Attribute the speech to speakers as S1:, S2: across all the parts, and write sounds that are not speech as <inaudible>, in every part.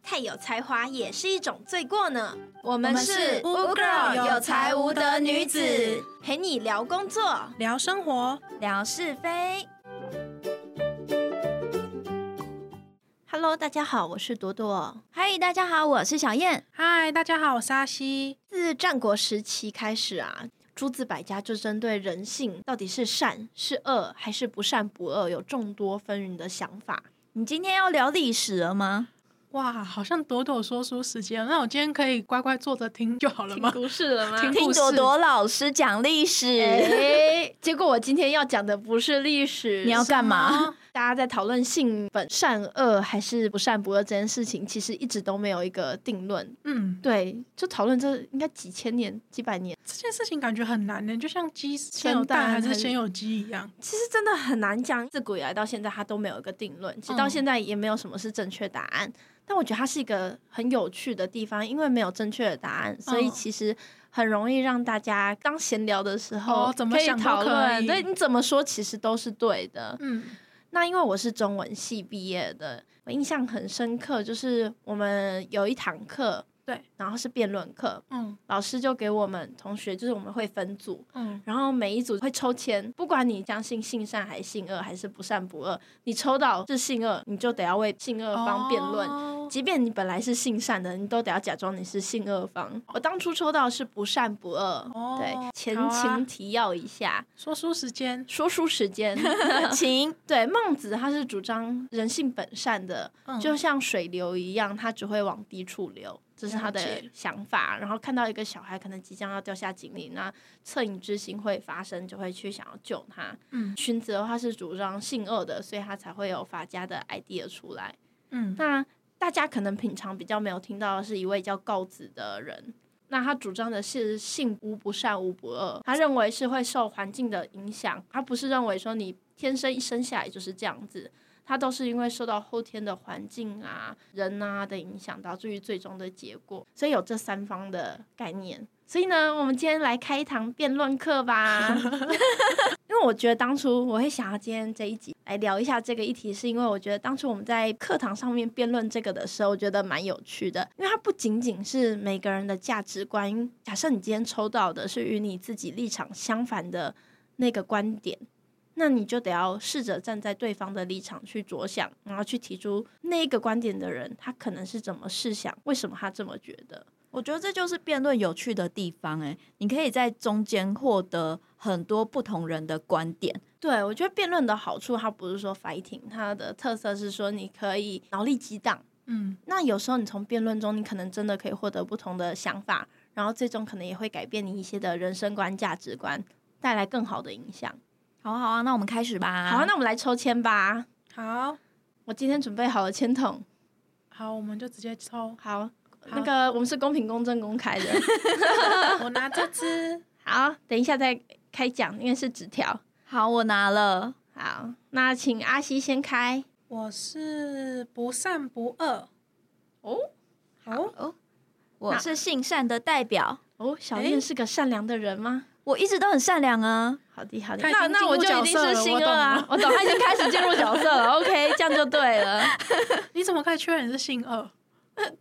S1: 再哎有才华也是一种罪过呢。我们
S2: 是乌 girl 有才无德女子
S1: 陪你聊工作、
S2: 聊生活，
S1: 聊是非。Hello，大家好，我是朵朵。嗨，大家好，我是小燕。
S2: 嗨，大家好，我是阿西。
S1: 自战国时期开始啊，诸子百家就针对人性到底是善是恶还是不善不恶，有众多纷纭的想
S3: <laughs>
S1: 法。
S3: 你今天要聊历史了吗？
S2: 哇，好像朵朵说书时间，那我今天可以乖乖坐着听就好了吗？
S1: 故事了吗
S2: 听故
S3: 听
S2: 事
S3: 朵朵老师讲历史，
S1: 哎， <laughs> 结果我今天要讲的不是历史，
S3: 你要干嘛？
S1: 大家在讨论性本善恶还是不善不恶这件事情，其实一直都没有一个定论。
S2: 嗯，
S1: 对，就讨论这应该几千年、几百年，
S2: 这件事情感觉很难呢，就像鸡先有蛋
S1: 蛋
S2: 还是
S1: 还是
S2: 先有鸡一样。
S1: 其实真的很难讲。自古以来到现在，它都没有一个定论，其实到
S2: 嗯
S1: 现在也没有什么是正确答案。但我觉得它是一个很有趣的地方，因为没有正确的答案，所以
S2: 嗯
S1: 其实很容易让大家当闲聊的时候、
S2: 哦怎么
S1: 可以
S2: 想都
S1: 讨
S2: 可
S1: 论，
S2: 以
S1: 对你怎么说其实都是对的。
S2: 嗯，
S1: 那因为我是中文系毕业的，我印象很深刻，就是我们有一堂课，
S2: 对，
S1: 然后是辩论课，
S2: 嗯
S1: 老师就给我们同学，就是我们会分组，
S2: 嗯，
S1: 然后每一组会抽签，不管你相信性善还是性恶，还是不善不恶，你抽到是性恶，你就得要为性恶方辩论。
S2: 哦
S1: 即便你本来是性善的，你都得要假装你是性恶方。我当初抽到是不善不恶，
S2: 哦
S1: 对，前
S2: 好啊
S1: 情提要一
S3: 啊
S1: 下，
S2: 说书时 <laughs> 间，
S1: 说书时间。
S3: <laughs> 请
S1: 对，孟子他是主张人性本善的，
S2: 嗯
S1: 就像水流一样，它只会往低处流，这是他
S2: 了
S1: 的
S2: 解
S1: 想法。然后看到一个小孩可能即将要掉下井里，那恻隐之心会发生，就会去想要救他。
S2: 嗯
S1: 荀子的话是主张性恶的，所以他才会有法家的 idea 出来。
S2: 嗯
S1: 那大家可能平常比较没有听到的是一位叫告子的人。那他主张的是性无不善，无不恶。他认为是会受环境的影响，他不是认为说你天生一生下来就是这样子，他都是因为受到后天的环境啊、人啊的影响，导致于最终的结果。所以有这三方的概念。所以呢，我们今天来开一堂辩论课吧。因为我觉得当初我会想要今天这一集来聊一下这个议题，是因为我觉得当初我们在课堂上面辩论这个的时候，我觉得蛮有趣的，因为它不仅仅是每个人的价值观。假设你今天抽到的是与你自己立场相反的那个观点，那你就得要试着站在对方的立场去着想，然后去提出那一个观点的人他可能是怎么试想，为什么他这么觉得。
S3: 我觉得这就是辩论有趣的地方、哎，你可以在中间获得很多不同人的观点。
S1: 对，我觉得辩论的好处，它不是说 fighting，它的特色是说你可以脑力激荡。
S2: 嗯
S1: 那有时候你从辩论中，你可能真的可以获得不同的想法，然后最终可能也会改变你一些的人生观、价值观，带来更好的影响。
S3: 好啊，好啊，那我们开始吧。
S1: 好啊，那我们来抽签吧。
S2: 好
S1: 我今天准备好了签筒。。
S2: 好，我们就直接 <laughs> 抽
S1: 好，那个我们是公平、公正、公开的。 <laughs>
S2: 我拿这只，
S1: 好，等一下再开讲，因为是纸条。
S3: 好，我拿了。
S1: 好，那请阿西先开。
S2: 我是不善不恶。
S1: 哦
S2: 哦，
S3: 哦，我是性善的代表，
S1: 哦，小
S2: 诶
S1: 燕是个善良的人吗？
S3: 我一直都很善良啊。
S1: 好的，好的，
S2: 他已经
S1: 那那我就
S2: 进入
S1: 一定是
S2: 角色了
S1: 新
S2: 我
S1: 二
S2: 懂
S1: 啊
S2: 了，
S1: 我懂，他已经开始进入角色了，OK，这样就对了。
S2: 你怎么可以确认你是性恶？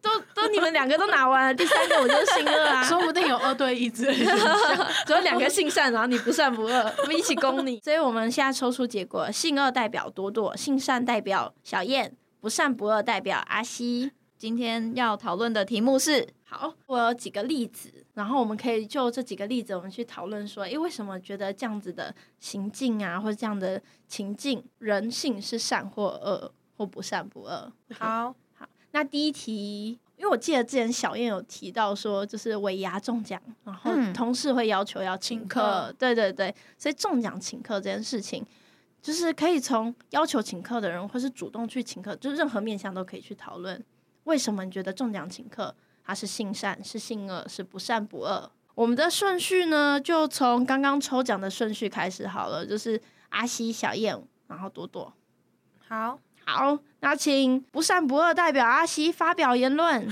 S1: 都都你们两个都拿完了，第三个我就是新二 <laughs> 啊，
S2: 说不定有二对一之类的。
S1: 只有两个性善，然后你不善不恶， <laughs> 我们一起攻你。所以我们现在抽出结果，性恶代表朵朵，性善代表小燕，不善不恶代表阿西。
S3: 今天要讨论的题目是
S1: 好，我有几个例子，然后我们可以就这几个例子，我们去讨论说，诶，为什么觉得这样子的行径啊，或者这样的情境，人性是善或恶，或不善不恶？
S2: <laughs> 好，
S1: 那第一题，因为我记得之前小燕有提到说，就是尾牙中奖，然后
S3: 嗯
S1: 同事会要求要请
S2: 请
S1: 客，
S2: 客
S1: 对对对，所以中奖请客这件事情，就是可以从要求请客的人，或是主动去请客，就是任何面向都可以去讨论。为什么你觉得中奖请客它是性善，是性恶，是不善不恶？我们的顺序呢，就从刚刚抽奖的顺序开始好了，就是阿西、小燕，然后朵朵。
S2: 好，
S1: 好，那请不善不恶代表阿西发表言论。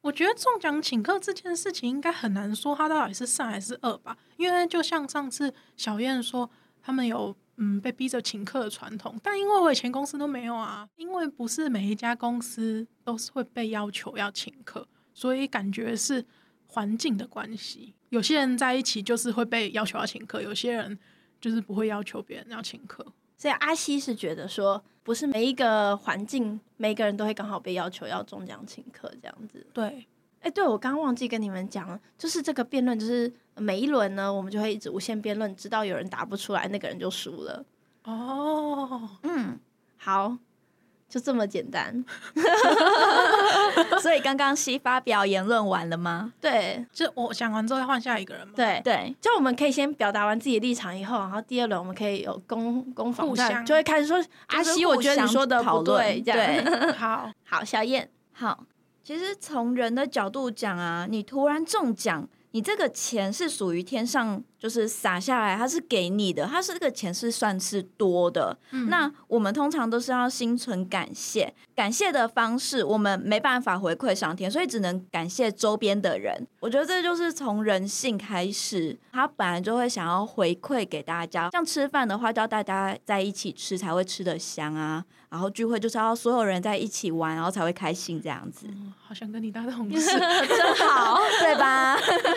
S2: 我觉得中奖请客这件事情应该很难说它到底是善还是恶吧，因为就像上次小燕说，他们有嗯被逼着请客的传统，但因为我以前公司都没有啊，因为不是每一家公司都是会被要求要请客，所以感觉是环境的关系。有些人在一起就是会被要求要请客，有些人就是不会要求别人要请客。
S1: <laughs> 所以阿西是觉得说，不是每一个环境，每个人都会刚好被要求要中奖请客这样子。
S2: 对，
S1: 哎，对，我刚刚忘记跟你们讲了，就是这个辩论，就是每一轮呢，我们就会一直无限辩论，直到有人答不出来，那个人就输了。
S2: 哦，
S3: 嗯， <laughs>
S1: 好，就这么简单。
S3: 所以刚刚西发表言论完了吗？
S1: 对
S2: 就我讲完之后再换下一个人嘛。
S1: 对，
S3: 对，
S1: 就我们可以先表达完自己的立场以后，然后第二轮我们可以有攻攻防
S2: 互
S1: 战，
S2: 相
S1: 就会开始说阿西，我觉得你说的
S3: 讨
S1: 不对，
S3: 论，
S1: 这样。
S3: 对，
S2: 好，
S1: <laughs> 好，小燕，
S3: 好。其实从人的角度讲啊，你突然中奖，你这个钱是属于天上就是撒下来，它是给你的，它是这个钱是算是多的，
S2: 嗯
S3: 那我们通常都是要心存感谢，感谢的方式我们没办法回馈上天，所以只能感谢周边的人。我觉得这就是从人性开始，他本来就会想要回馈给大家。像吃饭的话，就要大家在一起吃才会吃得香啊，然后聚会就是要所有人在一起玩，然后才会开心这样
S1: <laughs>
S3: 子，
S2: 嗯好想跟你搭档故事。
S3: 真好，对吧？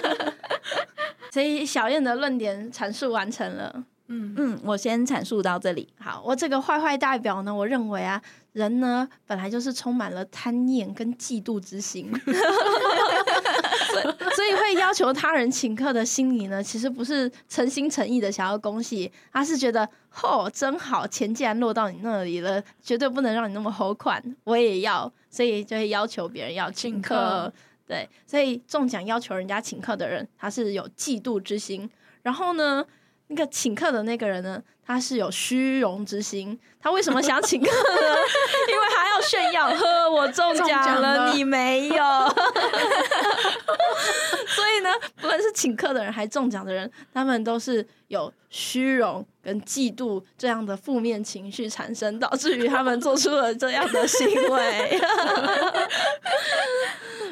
S3: <laughs>
S1: <laughs> 所以小燕的论点阐述完成了。
S2: 嗯，
S3: 嗯，我先阐述到这里。
S1: 好，我这个坏坏代表呢，我认为啊，人呢本来就是充满了贪念跟嫉妒之心， <laughs> 所以所以会要求他人请客的心理呢，其实不是诚心诚意的想要恭喜，而是觉得哦真好，钱既然落到你那里了，绝对不能让你那么齁款，我也要，所以就会要求别人要请
S2: 请
S1: 客。
S2: 客
S1: 对，所以中奖要求人家请客的人，他是有嫉妒之心，然后呢，那个请客的那个人呢，他是有虚荣之心。他为什么想要请客呢？ <laughs> 因为他要炫耀，呵，我中
S2: 中
S1: 奖
S2: 奖
S1: 了，
S2: 了
S1: 你没有。所以呢，不论是请客的人还中奖的人，他们都是有虚荣跟嫉妒这样的负面情绪产生，导致于他们做出了这样的行为。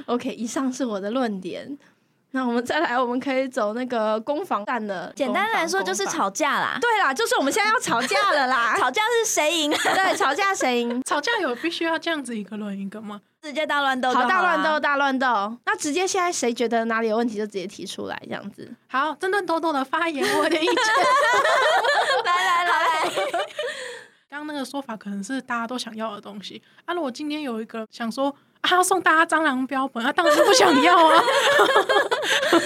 S1: OK，以上是我的论点。那我们再来，我们可以走那个攻防战的。
S3: <laughs> 简单来说就是
S1: 攻防
S3: 吵架啦，
S1: 对啦，就是我们现在要吵架了啦。
S3: <laughs> 吵架是谁赢？
S1: 对，吵架谁赢？
S2: 吵架有必须要这样子一个轮一个吗？
S3: 直接大乱斗就
S1: 好啊
S3: 好啦，
S1: 大乱斗，大乱斗。那直接现在谁觉得哪里有问题，就直接提出来，这样子。
S2: 好，针对豆豆的发言，我的意见。 <laughs>
S3: 来来来，
S2: 刚刚那个说法可能是大家都想要的东西。啊，如果今天有一个想说啊，要送大家蟑螂标本，啊，当然是不想要啊。
S1: 这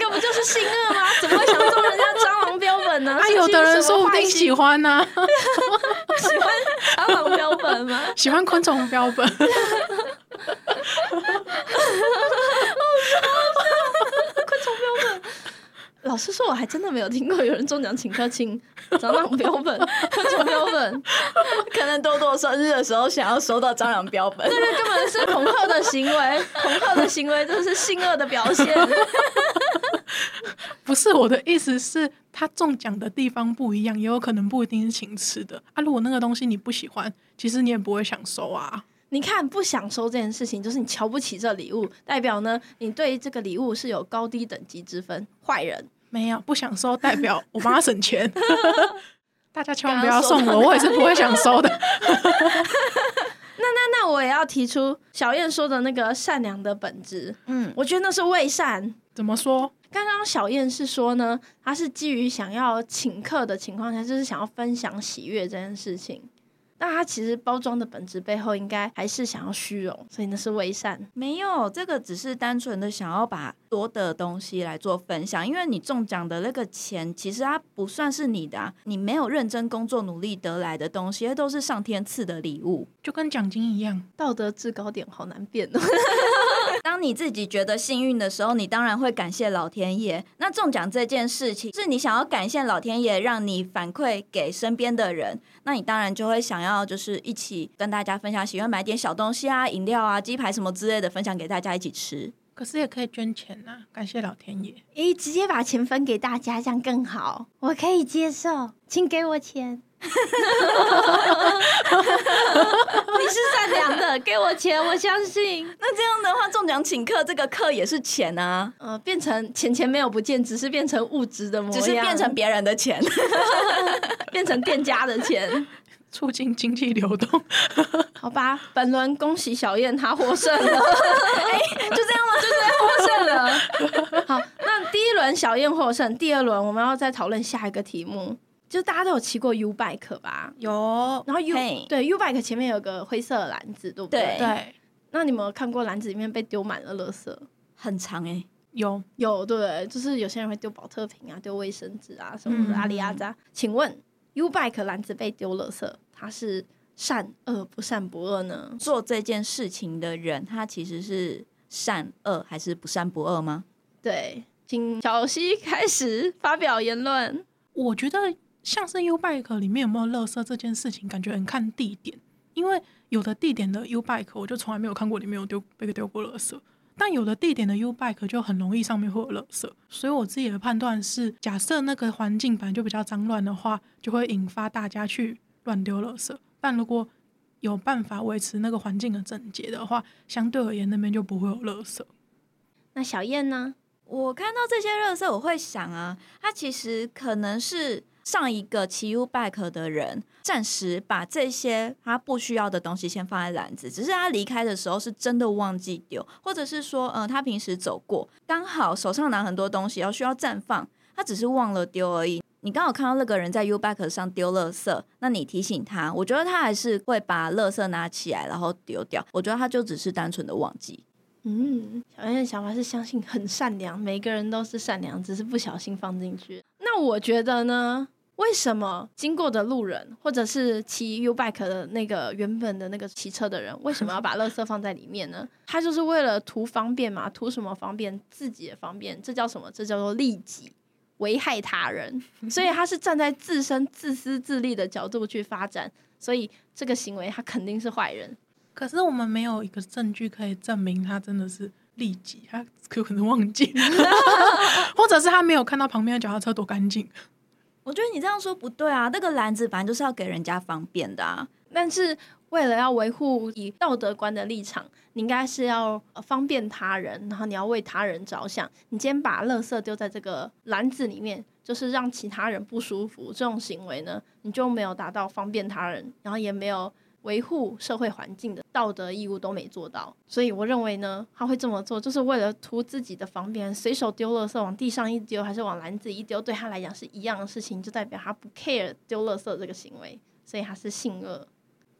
S1: 个不就是性恶吗？ <laughs> 怎么会想中人家蟑螂标本呢？
S2: <laughs> 啊，
S1: 是
S2: 有的人
S1: 是什
S2: 说
S1: 么
S2: 不
S1: 坏
S2: 定喜欢啊呢、
S1: 喜欢蟑螂标本吗？
S2: 喜欢昆虫标本。
S1: <laughs>
S2: <laughs>
S1: 老实说，我还真的没有听过有人中奖请客请蟑螂标 <laughs> 本、昆虫标本，
S3: 可能多多生日的时候想要收到蟑螂标本，
S1: 这个根本是恐吓的行 <laughs> 为，恐吓的行为，这是性恶的表 <laughs> 现。
S2: 不是我的意思是，他中奖的地方不一样，也有可能不一定是请吃的。啊，如果那个东西你不喜欢，其实你也不会想收啊。
S1: 你看，不享受这件事情，就是你瞧不起这礼物，代表呢，你对这个礼物是有高低等级之分。坏人，
S2: 没有不想收，代表我帮他省 <laughs> 钱。大家千万不
S3: 刚
S2: 要
S3: 刚
S2: 送我，我也是不会想收的。
S1: 那那我也要提出小燕说的那个善良的本质，
S3: 嗯，
S1: 我觉得那是为善。
S2: 怎么说？
S1: 刚刚小燕是说呢，她是基于想要请客的情况下，就是想要分享喜悦这件事情。那她其实包装的本质背后，应该还是想要虚荣，所以那是为善。
S3: 没有，这个只是单纯的想要把多的东西来做分享，因为你中奖的那个钱其实它不算是你的、啊，你没有认真工作努力得来的东西，它都是上天赐的礼物。
S2: 就跟奖金一样，
S1: 道德制高点好难变哦。
S3: 当你自己觉得幸运的时候，你当然会感谢老天爷。那中奖这件事情，是你想要感谢老天爷，让你反馈给身边的人，那你当然就会想要就是一起跟大家分享，喜欢买点小东西啊、饮料啊、鸡排什么之类的，分享给大家一起吃。
S2: 可是也可以捐钱呐、啊感谢老天爷。
S4: <laughs> 诶，直接把钱分给大家，这样更好。我可以接受，请给我
S1: <laughs>
S4: 钱。
S3: 你是善良的，给我钱。
S4: 我相信，
S3: 那这样的话，中奖请客这个客也是钱啊，
S1: 呃，变成钱钱没有不见，只是变成物质的模
S3: 只
S1: 样，
S3: 是变成别人的钱。
S1: 变成店家的钱。
S2: 促进经济流动，
S1: 好吧，本轮恭喜小燕她获胜
S3: <laughs>
S1: 了，<laughs>
S3: 就这样吗？
S1: 获胜了。好，那第一轮小燕获胜，第二轮我们要再讨论下一个题目。就大家都有骑过 U bike 吧？
S2: 有
S1: 然后 U
S3: 嘿
S1: 对 U bike 前面有个灰色的篮子，对不对？
S3: 对
S2: 对
S1: 那你们有看过篮子里面被丢满了垃圾？
S3: 很长哎、
S2: 有
S1: 有对不对？就是有些人会丢保特瓶啊，丢卫生纸啊什么的，
S2: 嗯
S1: 阿里阿扎。请问 U bike 篮子被丢垃圾，它是善恶不善不恶呢？
S3: 做这件事情的人，他其实是善恶还是不善不恶吗？
S1: 对，请小溪开始发表言论。
S2: 我觉得像是 U Bike 里面有没有垃圾这件事情，感觉很看地点，因为有的地点的 U Bike 我就从来没有看过里面有丢被丢过垃圾，但有的地点的 U Bike 就很容易上面会有垃圾，所以我自己的判断是，假设那个环境本来就比较脏乱的话，就会引发大家去乱丢垃圾，但如果有办法维持那个环境的整洁的话，相对而言那边就不会有垃圾。
S1: 那小燕呢？
S3: 我看到这些垃圾，我会想啊，他其实可能是上一个骑 U bike 的人暂时把这些他不需要的东西先放在篮子，只是他离开的时候是真的忘记丢，或者是说，嗯、他平时走过，刚好手上拿很多东西，要需要绽放，他只是忘了丢而已。你刚好看到那个人在 U bike 上丢垃圾，那你提醒他，我觉得他还是会把垃圾拿起来然后丢掉。我觉得他就只是单纯的忘记。
S1: 嗯，小燕的想法是相信很善良，每个人都是善良，只是不小心放进去。那我觉得呢？为什么经过的路人，或者是骑 U bike 的那个原本的那个骑车的人，为什么要把垃圾放在里面呢？他就是为了图方便嘛，图什么方便？自己的方便，这叫什么？这叫做利己，危害他人。所以他是站在自身自私自利的角度去发展，所以这个行为他肯定是坏人。
S2: 可是我们没有一个证据可以证明他真的是利己，他有可能忘
S1: <laughs>
S2: 记， <laughs> 或者是他没有看到旁边的脚踏车多干净。
S3: 我觉得你这样说不对啊，那个篮子本来就是要给人家方便的啊。
S1: 但是为了要维护以道德观的立场，你应该是要呃方便他人，然后你要为他人着想。你今天把垃圾丢在这个篮子里面，就是让其他人不舒服，这种行为呢，你就没有达到方便他人，然后也没有维护社会环境的道德义务都没做到。所以我认为呢，他会这么做，就是为了图自己的方便，随手丢垃圾往地上一丢，还是往篮子一丢，对他来讲是一样的事情，就代表他不 care 丢垃圾这个行为，所以他是性恶。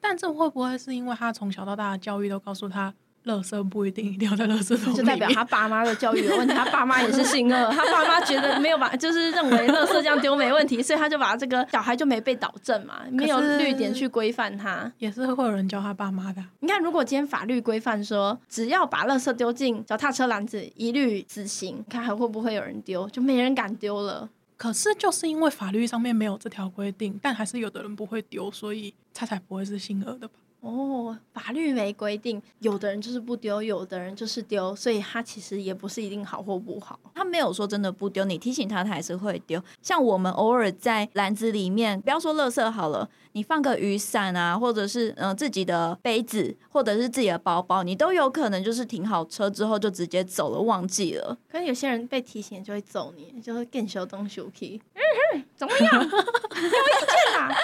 S2: 但这会不会是因为他从小到大的教育都告诉他，垃圾不一定一定要在垃圾桶里
S1: 就
S2: 面？
S1: 代表他爸妈的教育有问题，他爸妈也是性恶，他爸妈觉得没有把，就是认为垃圾这样丢没问题，所以他就把这个小孩就没被导正嘛，没有律典去规范他。
S2: <laughs> 也是会有人教他爸妈的啊。
S1: 你看，如果今天法律规范说，只要把垃圾丢进脚踏车篮子，一律死刑，你看还会不会有人丢？就没人敢丢了。
S2: 可是就是因为法律上面没有这条规定，但还是有的人不会丢，所以他才不会是性恶的
S1: <laughs>
S2: 吧？
S1: 哦，法律没规定，有的人就是不丢，有的人就是丢，所以他其实也不是一定好或不好。
S3: 他没有说真的不丢，你提醒他，他还是会丢。像我们偶尔在篮子里面，不要说垃圾好了，你放个雨伞啊，或者是嗯、呃自己的杯子，或者是自己的包包，你都有可能就是停好车之后就直接走了，忘记了。
S1: 可是有些人被提醒就会揍你，就会更羞东羞气。嗯哼，怎么样？ <laughs> 有意见啦？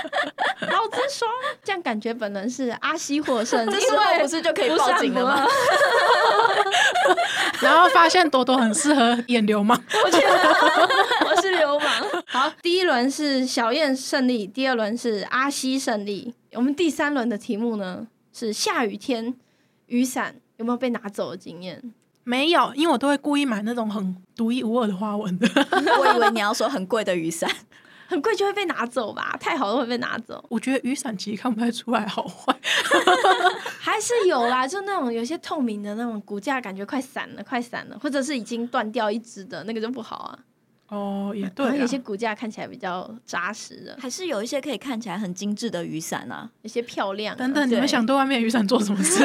S1: 老子说，这样感觉本人是阿西获 <laughs> 胜，
S3: 这
S1: 因
S3: 时候
S1: 为
S3: 不是就可以
S1: 不
S3: 报
S1: 善
S3: 警
S1: 不
S3: 了吗？
S1: 恶
S2: 然后发现朵朵很适合演流氓，
S1: 我觉得我是流氓。 <laughs> 好，第一轮是小燕胜利，第二轮是阿西胜利。我们第三轮的题目呢是下雨天雨伞有没有被拿走的经验？
S2: 没有，因为我都会故意买那种很独一无二的花纹的。
S1: 啊
S3: <laughs> 我以为你要说很贵的雨伞， <laughs>
S1: 很贵就会被拿走吧？太好了会被拿走。
S2: 我觉得雨伞其实看不太出来好坏，
S1: 还是有啦，就那种有些透明的那种骨架，感觉快散了，快散了，或者是已经断掉一只的那个就不好啊。
S2: <laughs> 哦，也
S1: 然后
S2: 对，
S1: 有些骨架看起来比较扎实的，
S3: 还是有一些可以看起来很精致的雨伞啊。
S1: 有些漂亮啊、
S2: 等等，
S3: 对
S2: 你们想对外面的雨伞做什么事？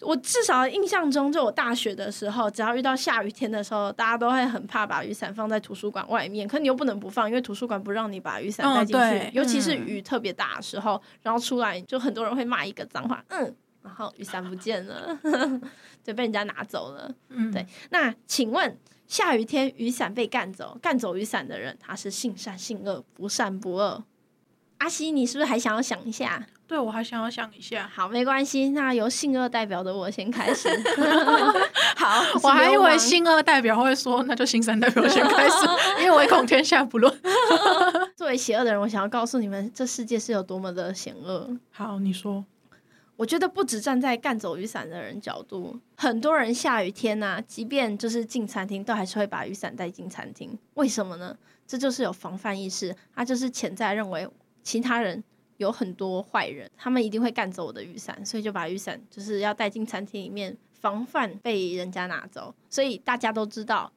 S1: 我至少印象中，就我大学的时候，只要遇到下雨天的时候，大家都会很怕把雨伞放在图书馆外面。可你又不能不放，因为图书馆不让你把雨伞带进去，
S2: 嗯对
S1: 尤其是
S3: 嗯
S1: 雨特别大的时候，然后出来就很多人会骂一个脏话，嗯，然后雨伞不见了， <laughs> 就被人家拿走了。
S2: 嗯，
S1: 对，那请问，下雨天雨伞被干走，干走雨伞的人，他是性善性恶，不善不恶。阿西，你是不是还想要想一下？
S2: 对我还想要想一下，
S1: 好，没关系，那由性恶代表的我先开始。
S3: 好，
S2: 我还以
S1: 流
S2: 为
S1: 氓
S2: 新二代表会说，那就新三代表先开
S1: <laughs>
S2: 始，因为唯恐天下不乱。
S1: 作为邪恶的人，我想要告诉你们，这世界是有多么的险恶。
S2: 好，你说，
S1: 我觉得不只站在干走雨伞的人角度，很多人下雨天呐、即便就是进餐厅，都还是会把雨伞带进餐厅。为什么呢？这就是有防范意识，他就是潜在认为其他人有很多坏人，他们一定会干走我的雨伞，所以就把雨伞就是要带进餐厅里面，防范被人家拿走。所以大家都知道。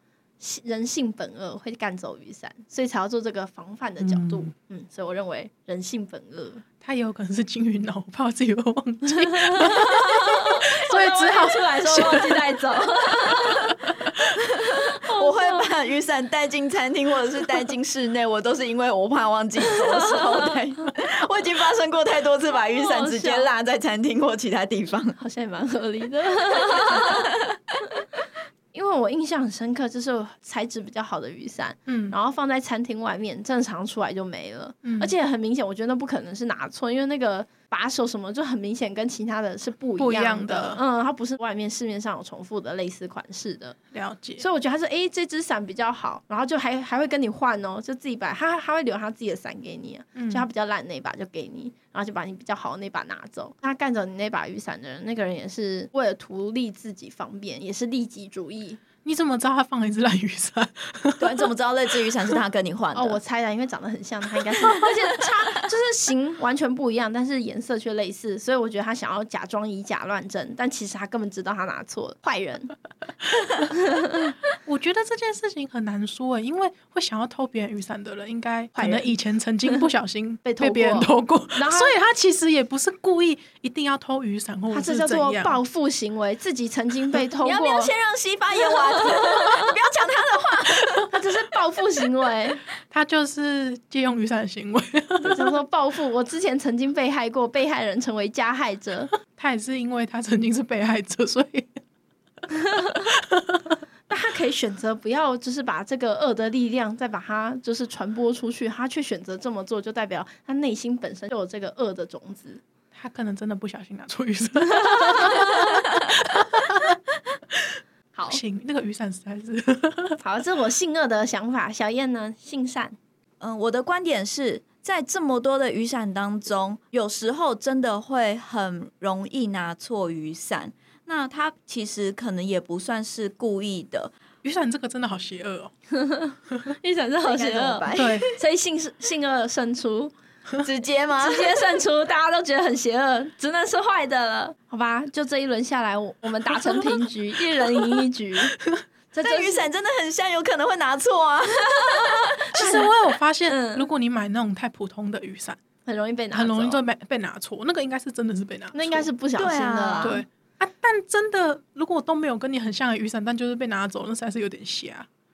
S1: 人性本恶，会干走雨伞，所以才要做这个防范的角度。嗯所以我认为人性本恶。
S2: 他也有可能是金鱼脑，我怕我自己会忘
S1: <laughs>
S2: 记，所以只好
S1: 好出来说忘记带走。
S3: <laughs> 我会把雨伞带进餐厅或者是带进室内，我都是因为我怕忘记走的时候带。 <laughs> 我已经发生过太多次把雨伞直接落在餐厅或其他地方。
S1: 好像也蛮合理的。 <laughs> 因为我印象很深刻，就是材质比较好的雨伞，
S2: <laughs> 嗯，
S1: 然后放在餐厅外面，正常出来就没了。
S2: 嗯
S1: 而且很明显，我觉得不可能是拿错，因为那个把手什么就很明显跟其他的是不
S2: 不一
S1: 一样
S2: 样的
S1: 嗯，它不是外面市面上有重复的类似款式的，
S2: 了解，
S1: 所以我觉得他说，诶、这只伞比较好，然后就还还会跟你换哦，就自己把他他会留他自己的伞给你、啊，
S2: 嗯
S1: 就他比较烂那一把就给你，然后就把你比较好的那把拿走。他干走你那把雨伞的人，那个人也是为了图利自己方便，也是利己主义。
S2: 你怎么知道他放了一只烂雨伞？
S3: <laughs> 对，你怎么知道那只雨伞是他跟你换的？
S1: 哦，我猜的，因为长得很像，他应该是，而且差就是型完全不一样，但是颜色却类似，所以我觉得他想要假装以假乱真，但其实他根本知道他拿错了，坏人。
S2: 我觉得这件事情很难说诶，欸因为会想要偷别人雨伞的人，应该可
S1: 坏人
S2: 能以前曾经不小心
S1: <laughs> 被偷
S2: 被别人
S1: 过
S2: 偷过，
S1: 然后
S2: 所以他其实也不是故意一定要偷雨伞或
S1: 他
S2: 者
S1: 这
S2: 是
S1: 叫
S2: 怎
S1: 做
S2: 样。
S1: 报复行为，自己曾经
S3: <laughs>
S1: 被偷过，
S3: 你要不要先让西发言完？你 <laughs> 不要抢他的话。
S1: 他这是报复行为。
S2: 他就是借用雨伞的行为， <laughs>
S1: 叫做报复。我之前曾经被害过，被害人成为加害者，
S2: 他也是因为他曾经是被害者，所以 <laughs>
S1: 但他可以选择不要，就是把这个恶的力量再把它就是传播出去，他却选择这么做，就代表他内心本身就有这个恶的种子。
S2: 他可能真的不小心拿错雨伞。
S1: 好
S2: 不，行，那个雨伞实在是
S1: 好，这是我性恶的想法。小燕呢，性善，
S3: 嗯，我的观点是在这么多的雨伞当中，有时候真的会很容易拿错雨伞。那他其实可能也不算是故意的，
S2: 雨伞这个真的好邪恶哦。
S1: <laughs> 你想是好
S3: 应该怎么
S1: 哎
S3: 办？
S1: <laughs>
S2: 对，
S1: 所以性是性恶胜出，
S3: 直接吗？
S1: 直接胜出，大家都觉得很邪恶，只能是坏的了，好吧？就这一轮下来，我我们达成平 <laughs> 局，一人赢一局。
S3: 这
S1: 这真
S3: 雨
S1: 是
S3: 伞真的很像，有可能会拿错啊。
S2: 其实我有发现，
S1: 嗯
S2: 如果你买那种太普通的雨伞，
S1: 很容易被拿走，
S2: 很容易就被被拿错。那个应该是真的是被拿错，
S1: 那应该是不小心的啦。
S2: 对啊。但真的，如果都没有跟你很像的雨伞，但就是被拿走，那实在是有点瞎，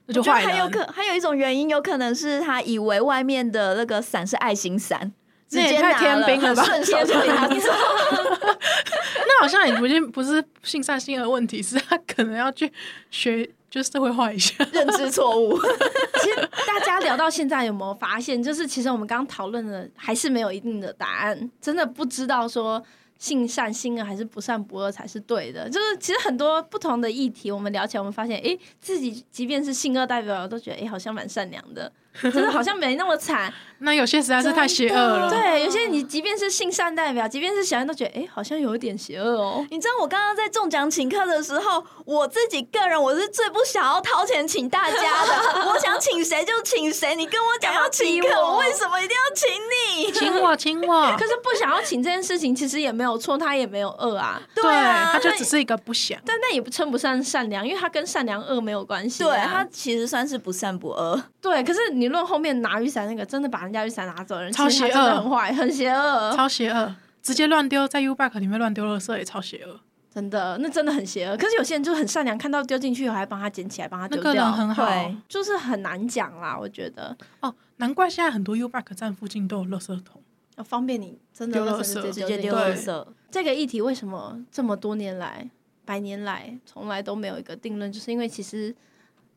S2: 那就
S3: 我觉得
S2: 坏
S3: 还有可
S2: 了。
S3: 还有一种原因，有可能是他以为外面的那个伞是爱心伞，
S2: 这也
S3: 直接
S2: 太
S1: 啊
S3: 拿
S2: 天兵了
S3: 了
S1: <laughs>
S2: 吧
S3: 顺手就
S2: <laughs>
S3: 拿走。
S2: 那好像也不是不是性善性的问题，是他可能要去学，就是会坏一下。
S3: 认知错误。
S1: 其实大家聊到现在，有没有发现，就是其实我们刚刚讨论的还是没有一定的答案，真的不知道说性善性恶还是不善不恶才是对的。就是其实很多不同的议题，我们聊起来，我们发现，诶，自己即便是性恶代表，都觉得诶，好像蛮善良
S2: <laughs>
S1: 的，真的好像没那么惨。
S2: 那有些实在是太邪恶了。
S1: 对，有些你即便是性善代表，即便是小人，都觉得诶，好像有一点邪恶哦。
S3: <laughs> 你知道我刚刚在中奖请客的时候，我自己个人我是最不想要掏钱请大家的，我想请谁就请谁。你跟我讲要请客，
S1: 不要逼我
S3: 我为什么一定要请你？
S2: 请我，请我
S1: 可。是不想要请这件事情，其实也没有错，他也没有恶啊。
S2: 对，
S3: 啊
S2: 他就只是一个不想。
S1: 但那也不称不上善良，因为他跟善良恶没有关系啊、
S3: 对他其实算是不善不恶，
S1: 对，可是你论后面拿雨伞那个，真的把人家雨伞拿走的人，
S2: 超
S1: 其实他
S2: 邪恶
S1: 真的很坏，很邪恶。
S2: 超邪恶，直接乱丢，在 U Back 里面乱丢垃圾也超邪恶。
S1: 真的，那真的很邪恶。可是有些人就很善良，看到丢进去，我还帮他捡起来，帮他
S2: 那
S1: 丢
S2: 个
S1: 掉，
S2: 人很好
S3: 对
S1: 就是很难讲啦。我觉得
S2: 哦，难怪现在很多 U Bike 站附近都有垃圾桶。
S1: 要方便你真的
S2: 丢垃圾
S1: 真的
S3: 直接
S1: 进
S3: 丢
S1: 去
S3: 垃
S2: 对
S3: 圾。
S1: 这个议题为什么这么多年来、百年来从来都没有一个定论？就是因为其实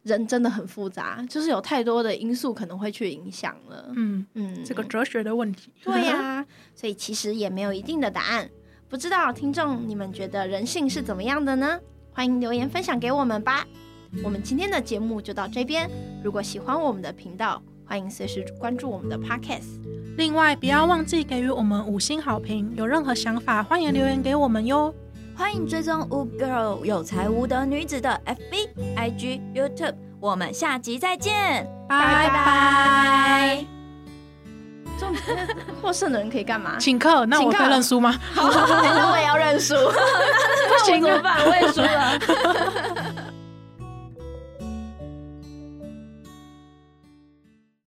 S1: 人真的很复杂，就是有太多的因素可能会去影响了。
S2: 嗯，
S1: 嗯，
S2: 这个哲学的问题。 <laughs>
S1: <laughs> 对呀、
S2: 嗯
S1: 所以其实也没有一定的答案。不知道听众你们觉得人性是怎么样的呢？欢迎留言分享给我们吧。我们今天的节目就到这边。如果喜欢我们的频道，欢迎随时关注我们的 Podcast。
S2: 另外，不要忘记给予我们五星好评。有任何想法，欢迎留言给我们哟。
S3: 欢迎追踪 w Girl 有才无德女子的 FB、IG、YouTube，我们下集再见，
S2: 拜拜。
S1: 这 <laughs> 获胜的人可以干嘛？
S2: 请客，那我
S1: 请客
S2: 会认 <laughs> 输吗？
S1: 好，我也要认输， <laughs>
S3: 不
S1: 我怎么办？我也输了。